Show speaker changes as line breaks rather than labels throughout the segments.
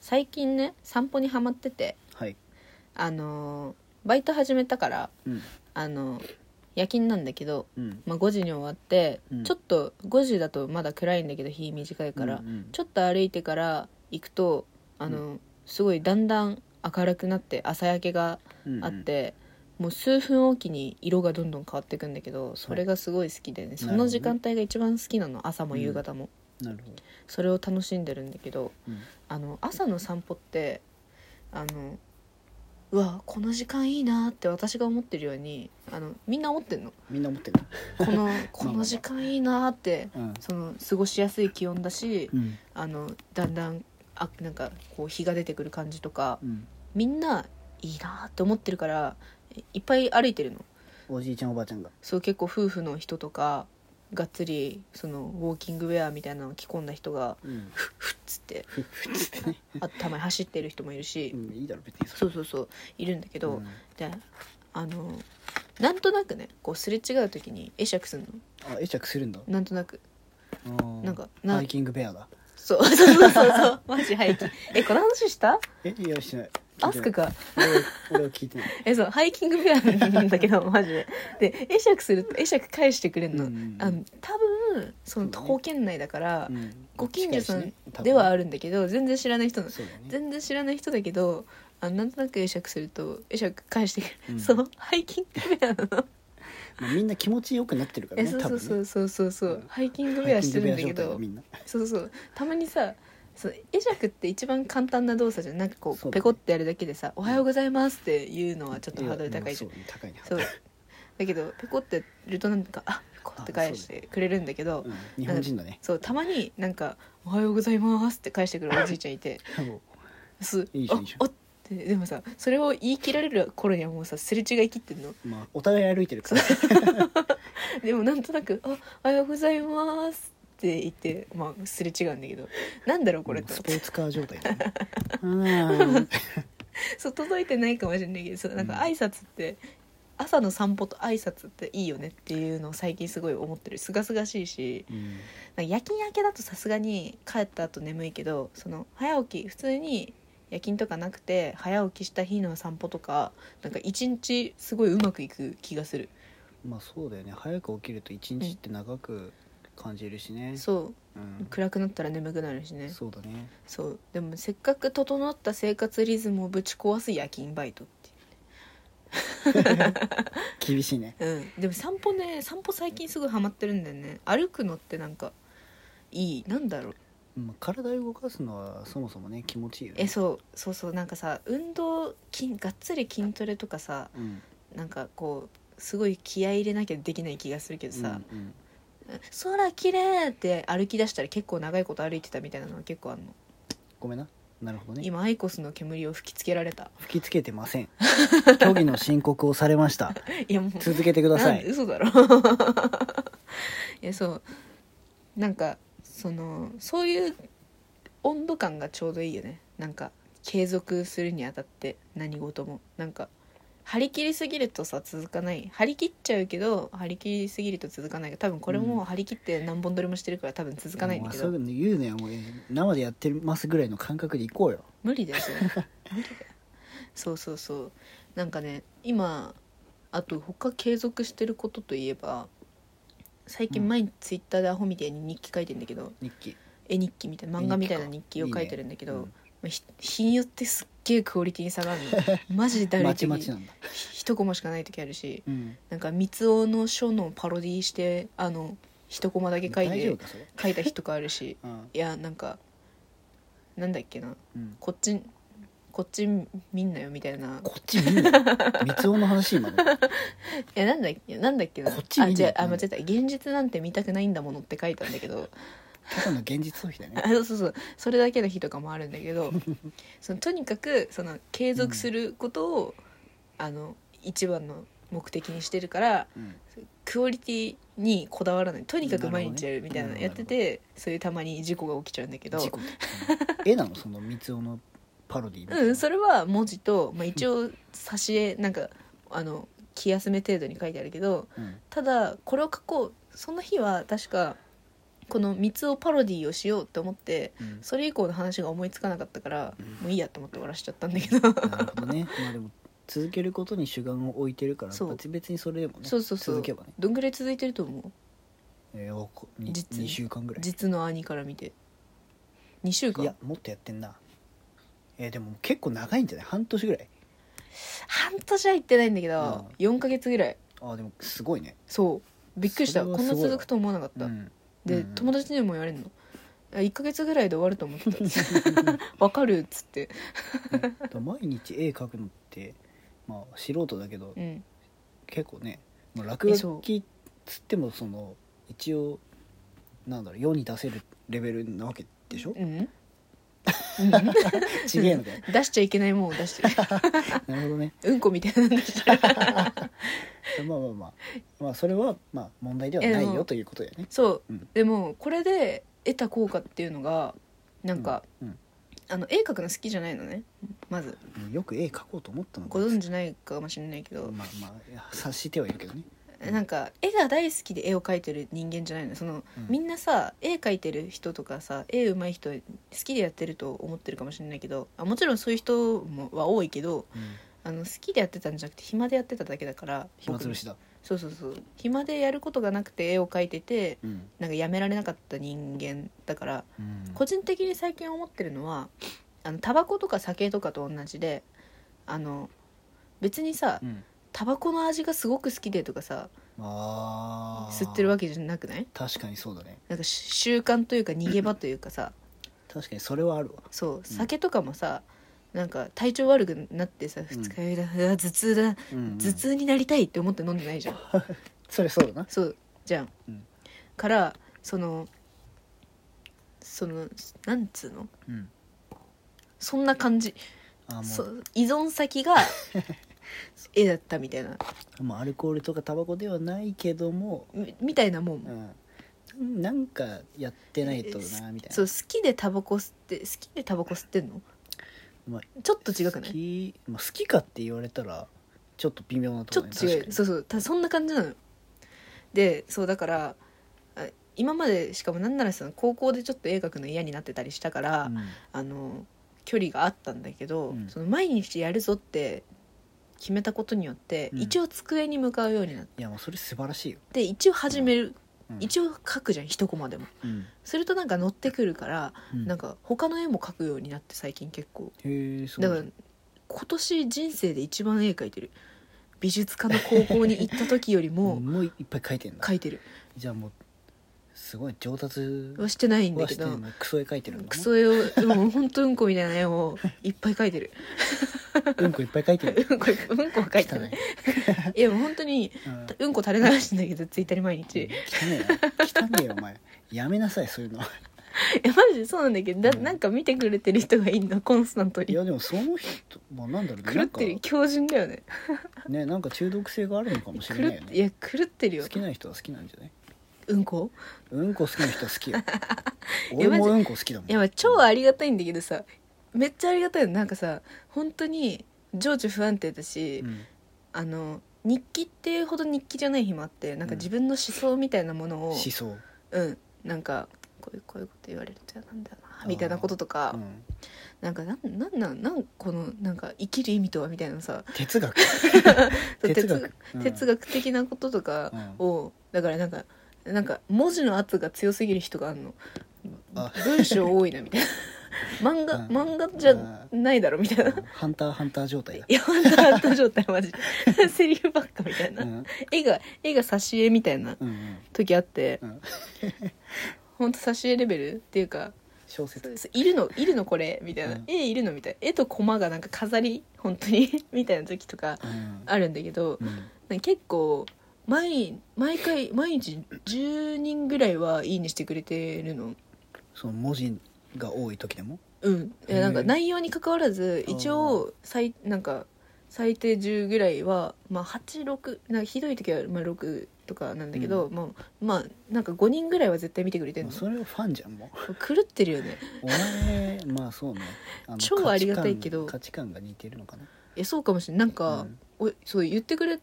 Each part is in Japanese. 最近ね散歩にはまってて
はい
あのーバイト始めたから
うん
あのー夜勤なんだけど、
うん
まあ、5時に終わって、
うん
ちょっと5時だとまだ暗いんだけど日短いから、
うんうん
ちょっと歩いてから行くとあの、すごいだんだん明るくなって朝焼けが
うんうん
あって、もう数分おきに色がどんどん変わっていくんだけどそれがすごい好きでね、そ
なる
の
ほどね
時間帯が一番好きなの朝も夕方も、
なるほど
それを楽しんでるんだけど
うん
あの朝の散歩ってあのうわこの時間いいなって私が思ってるようにあのみんな思ってんの
みんな思ってる
このこの時間いいなって
うん
その過ごしやすい気温だし、
うん
あのだんだんあなんかこう日が出てくる感じとか
うん
みんないいなって思ってるからいいっぱい歩いてるの
おじいちゃんおばあちゃんが
そう結構夫婦の人とかがっつりそのウォーキングウェアみたいなのを着込んだ人が
うん
ふっふっつって
ふっふっつってね
あたまに走ってる人もいるし、
うんいいだろ別に
そううそうそういるんだけど、
ん
であのなんとなくねこうすれ違う時に会釈するの
あ会釈するんだ
なんとなく
な
なんかな
ハイキングベアだ
そう そうそうそうそうマジ廃棄えこの話した
えいやしてない
アスクが
俺俺は聞いてない
えそうハイキングフェアなんだけどマジでで会釈すると会釈返してくれるの,、
うんうんうん
あの多分その徒歩圏内だから、
うん
ご近所さん
近いしね
ではあ
多分ね
るんだけど全然知らない人なの
そうだよね
全然知らない人だけどあのなんとなく会釈すると会釈返してくれる、
う ん
そうハイキングフェアなの、
まあみんな気持ちよくなってるから
え
ね
そう
多
そう
分
そう
ね
そうそうそう、
うん
ハイキングフ
ハ
ェ
イ
ア
キ
し
ン
て
グベ
る
ア
んだけ
状態
ど
だみんな
そうそうたまにさそう会釈って一番簡単な動作じゃんなんかこ
そううだね
ペコってやるだけでさ「おはようございます」っていうのはちょっとハードル高いじゃん
やまあそうね高いね
そうだけどペコってやるとなんか「あペコ」って返してくれるんだけど
うん日本人だね
そうたまになんか「おはようございます」って返してくるおじいちゃんいてす
いいじゃんいいじゃん
ああってでもさそれを言い切られる頃にはもうさすれ違い切ってんの
まあお互い歩いてるから
でもなんとなく「あおはようございます」って言ってまあすれ違うんだけどなんだろうこれ
も
と
う
思
ス
っ
ポ
て
ーツカー状態 だねうーん
そう届いてないかもしれないけどそうなんか
うん
挨拶って、朝の散歩と挨拶っていいよねっていうのを最近すごい思ってるすがすがしいし
うん
なんか夜勤明けだとさすがに帰った後眠いけどその早起き普通に夜勤とかなくて早起きした日の散歩とかなんか一日すごいうまくいく気がする
まあそうだよね早く起きると一日って長く感じるしね
そううん暗くなったら眠くなるしね
そうだね
そうでもせっかく整った生活リズムをぶち壊す夜勤バイトって
厳しいね
いう、うん、でも散歩ね散歩最近すごいハマってるんだよね歩くのってなんかいいなんだろう
まあ体を動かすのはそもそもね気持ちいいよね
えそうそうそうなんかさ運動筋がっつり筋トレとかさ
うん
なんかこうすごい気合い入れなきゃできない気がするけどさ
うんうん
「空きれい!」って歩き出したら結構長いこと歩いてたみたいなのは結構あるの
ごめんななるほどね
今アイコスの煙を吹きつけられた
吹きつけてません虚偽の申告をされま した
いやもう
続けてくださ
なん
い
で嘘だろ いやそうなんかそのそういう温度感がちょうどいいよねなんか継続するにあたって何事もなんか張り切りすぎるとさ続かない張り切っちゃうけど張り切りすぎると続かない多分これも張り切って何本撮りもしてるから多分続かないんだけ
も
ど
うそういうの言うのよもう生でやってますぐらいの感覚でいこうよ
無理だよそれ無理だよそうそうそうなんかね今あと他継続してることといえば最
う
近
ん
毎日ツイッターでアホみたいに日記書いてんだけど、
日記
絵日記みたいな漫画みたいな
絵
日
日
記
記
を
か
書いてるんだけど
いいね
まあひ日によってすっげえクオリティに下がる のマジでだるい
ま
時
ちまちなんだ
ひ一コマしかない時あるし
うん
なんか三つ男の書のパロディしてあの一コマだけ書い
大丈夫
て
かそれ
書いた日とかあるし
うん
いやなんかなんだっけな
うん
こっちこっち見んなよみたいな
こっち見んな三つ男の話今の
えなんだっけなんだっけな
こっち見
あ
んな
じゃ
よ
ああ間違えた現実なんて見たくないんだものって書いたんだけ ど
ただの現実逃避だね
あそうそうそうそれだけの日とかもあるんだけど そのとにかくその継続することを、あの一番の目的にしてるから
うん
クオリティにこだわらないとにかく毎日やる
なる
みた
ほど
い
ね
なのやってて、そういうたまに事故が起きちゃうんだけど
事故ってうん絵なのその三つ男のパロディみたいな
うんそれは文字と、まあ、一応挿絵なんかあの気休め程度に書いてあるけど
うん
ただこれを書こうその日は確かこの三つをパロディーをしようって思って
うん
それ以降の話が思いつかなかったから
うん
もういいやと思って終わらしちゃったんだけど
なるほどねまあでも続けることに主眼を置いてるから
そう
別々にそれでもね
そうそうそう
続けばね、
どんぐらい続いてると思う
えー、おこに
実に
2週間ぐらい
実の兄から見て2週
いや
間
もっとやってんなえー、でも結構長いんじゃない半年ぐらい
半年は行ってないんだけど
うん
4ヶ月ぐらい
あーでもすごいね
そうびっくりした
それ
こ
は
ん
す
な
ごい
続くと思わなかった、
うん
で、
うん
友達にも言われるの1ヶ月ぐらいで終わると思 ってたわかるっつって
ねだから毎日絵描くのってまあ素人だけど
うん
結構ねもう落書きっつってもその一応なんだろう世に出せるレベルなわけでしょ
うん、うん、
ちげえので
出しちゃいけないもんを出してる
なるほどね
うんこみたいなの出 してる
まあまあまあまあそれはまあ問題ではないよということだよね
そう、
うん
でもこれで得た効果っていうのがなんか、
うんうん
あの絵描くの好きじゃないのねまず
うんよく絵描こうと思ったのか
ご存知ないかもしれないけど、
まあまあいや察してはいるけどねうん
なんか絵が大好きで絵を描いてる人間じゃないのその、
うん
みんなさ絵描いてる人とかさ絵うまい人好きでやってると思ってるかもしれないけどあもちろんそういう人もは多いけど
うん
あの好きでやってたんじゃなくて暇でやってただけだから
暇つぶしだ
僕そうそうそう暇でやることがなくて絵を描いてて
うん
なんかやめられなかった人間だから
うん
個人的に最近思ってるのはあのタバコとか酒とかと同じであの別にさ
うん
タバコの味がすごく好きでとかさ
ああ
吸ってるわけじゃなくない
確かにそうだね
なんかし習慣というか逃げ場というかさ
確かにそれはあるわ
そう酒とかもさなんか体調悪くなってさ二日酔いだ、うわ頭痛だ
うんうん
頭痛になりたいって思って飲んで ないじゃん、
それそうだな
そうじゃん、
うん
からそのそのなんつうの
うん
そんな感じ
あー
そ
もう
う依存先 が絵だったみたいな
もうアルコールとかタバコではないけども
みみたいなもん、
うんなんかやってないとなみたいな
そう好きでタバコ吸って好きでタバコ吸ってんの、
まあ
ちょっと違くな
好
い
き,、まあ、好きかって言われたらちょっと微妙な
ち
と
ょ
こ
っ
ね
と違
確
う
か
そうそうたそんな感じなのでそうだからあ今までしかもなんならその高校でちょっと絵描くの嫌になってたりしたから、
に
あの距離があったんだけど、
うん
その毎日やるぞって決めたことによって、
うん
一応机に向かうようになっ
いやもうそれ素晴らしいよ、
て一応始める、
うん
一応描くじゃん一コマでも
うん
するとなんか乗ってくるから、
うん
なんか他の絵も描くようになって最近結構
へえそう
だから今年人生で一番絵描いてる美術科の高校に行った時より
も う
も
もういっぱい書いてんだ
描いてる
じゃあもうすごい上達は
はしてないんだけ
して
ど
んのクソ絵描いてるんだな
クソ絵をもうほんとうんこみたいな絵をいっぱい描いてる
うんこいっぱい描いて
う
る
んこうんこは描いてないいやもう本当に
うん
うんこ垂れ流してんだけどツイッターに毎
汚
日い
ねえな汚ねえよお前やめなさいそういうの
やマジでそうなんだけどだなんか見てくれてる人がいいんだコンスタント
い
に
やでもその人もなんだろうね
狂ってる強靭だよね
なんかねなんか中毒性があるのかもし
狂
れない
っ
よ
てい
ね
や狂ってるよ
好きな人は好きなんじゃない
うんこ
うんこ好きな人は 好きよ
いや
俺
マジ
もうんこ好きだもん
いやまあ超ありがたいんだけどさめっちゃありがたいのなんかさ本当に情緒不安定だし、
うん
あの日記っていうほど日記じゃない日もあってなんか
うん
自分の思想みたいなものを
思想
うん、なんかこういうこういうこと言われると嫌なんだよ
あ
な
ー
みたいなこととか、
うん
なんかなんなんなんなんこのなんか生きる意味とはみたいなさ
哲学
哲
哲
学
学うん
哲学的なこととかを、だからなんかなんか文字の圧が強すぎる人があるの
あ
文章多いなみた いな漫画、
うん
漫画じゃないだろみたいな
ハンターハンター状態だ
いや本当ハンタ状態マジで セリフばっかみたいな、
うん
絵が絵が挿絵みたいな
うんうん
時あって
うん
本当挿絵レベルっていうか
小説
いるのいるのこれみたいな、
うん
絵いるのみたいな絵とコマがなんか飾り本当にみたいな時とか
うん
あるんだけど
うん
なんか結構毎毎回毎日10人ぐらいはいいねしてくれてるの
その文字が多い時でも
うんいや
へー
なんか内容に関わらず
あー
一応最なんか最低10ぐらいは、まあ、86なんかひどい時はまあ6とかなんだけど、まあ、まあなんか5人ぐらいは絶対見てくれてる
ま
の
あそれはファンじゃんもう
狂ってるよね
お前まあそうね あの
超ありがたいけど
価値観価値観が似てるのかな
えそうかもしれないなんか、
うん
おそう言ってくれ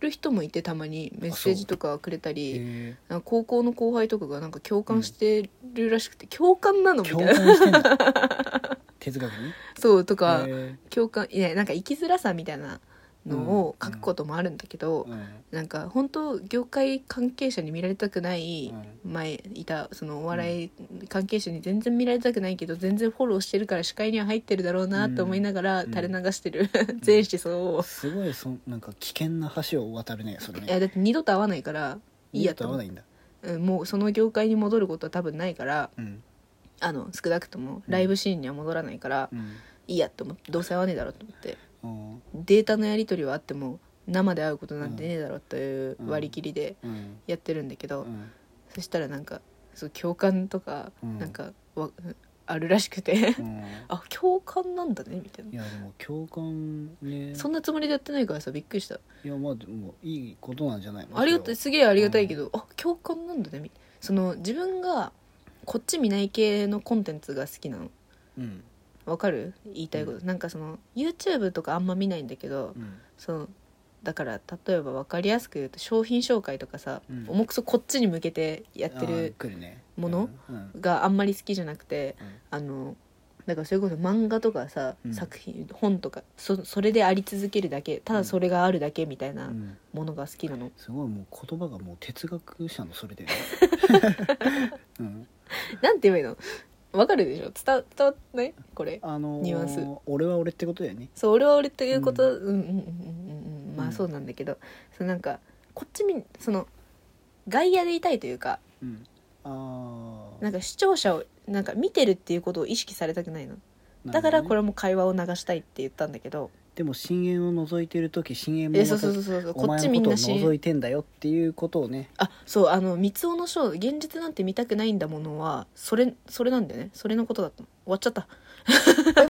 る人もいてたまにメッセージとかくれたり、
え
なんか高校の後輩とかがなんか共感してるらしくて、共感なのみたい
共
な
感してんだ 哲学に
そうとか、
え
共感いやなんか生きづらさみたいなのを書くこともあるんだけど、
ーうん
なんか本当業界関係者に見られたくない、前いたそのお笑い関係者に全然見られたくないけど、全然フォローしてるから視界には入ってるだろうなと思いながら
うん
垂れ流してる、 全思想
うん
を、
すごいそんなんか危険な橋を渡るねそれ
いや
ね
だって二度と会わないからいいやと
と合
思
わ
う
ないんだ
うんもうその業界に戻ることは多分ないから
うん
あの少なくともライブシーンには戻らないから、
うん
いいやと思ってどうせ会わねえだろうと思って
うん
データのやり取りはあっても生で会うことなんてねえだろうという割り切りで
うん
やってるんだけど、
うん
そしたらなんかそう共感とか、
うん
なんかわあるらしくて
うん
あ共感なんだねみたいない
やでも共感ね
そんなつもりでやってないからさびっくりした
いやまあでもいいことなんじゃない
ありがたい
す
すげえありがたいけど、あ共感なんだねみその自分がこっち見ない系のコンテンツが好きなの
うん
わかる言いたいこと、なんかその YouTube とかあんま見ないんだけど、
うん
そのだから例えば分かりやすく言うと商品紹介とかさ、
うん
重くそこっちに向けてやってる
あー来るね
もの
うんうん
があんまり好きじゃなくて、
うん
あのだからそれこそ漫画とかさ、
うん
作品本とかそそれであり続けるだけただそれがあるだけみたいな
うん
ものが好きなの、
すごいもう言葉がもう哲学者のそれだよね、 うん、
なんて言えばいいのわかるでしょ伝わ伝わんないこれ
あのー
ニュアンス
俺は俺ってことだよね
そう俺は俺ということ、う、
うん
うんうんうんうんうんま
う
あ
ん
そうなんだけど、そのなんかこっちみその外野でいたいというか
うんあ
なんか視聴者をなんか見てるっていうことを意識されたくないの
あ
だからこ
れ
れも会話を流したいって言ったんだけど、
でも深淵を覗いてる時深淵も
えそうそうそうそうそう
お
こっ
前
ち
の
み
こ
ん
とを
なし
覗いてんだよっていうことをね
あそうあの三尾の章現実なんて見たくないんだものはそれそれなんだよねそれのことだったの終わっちゃった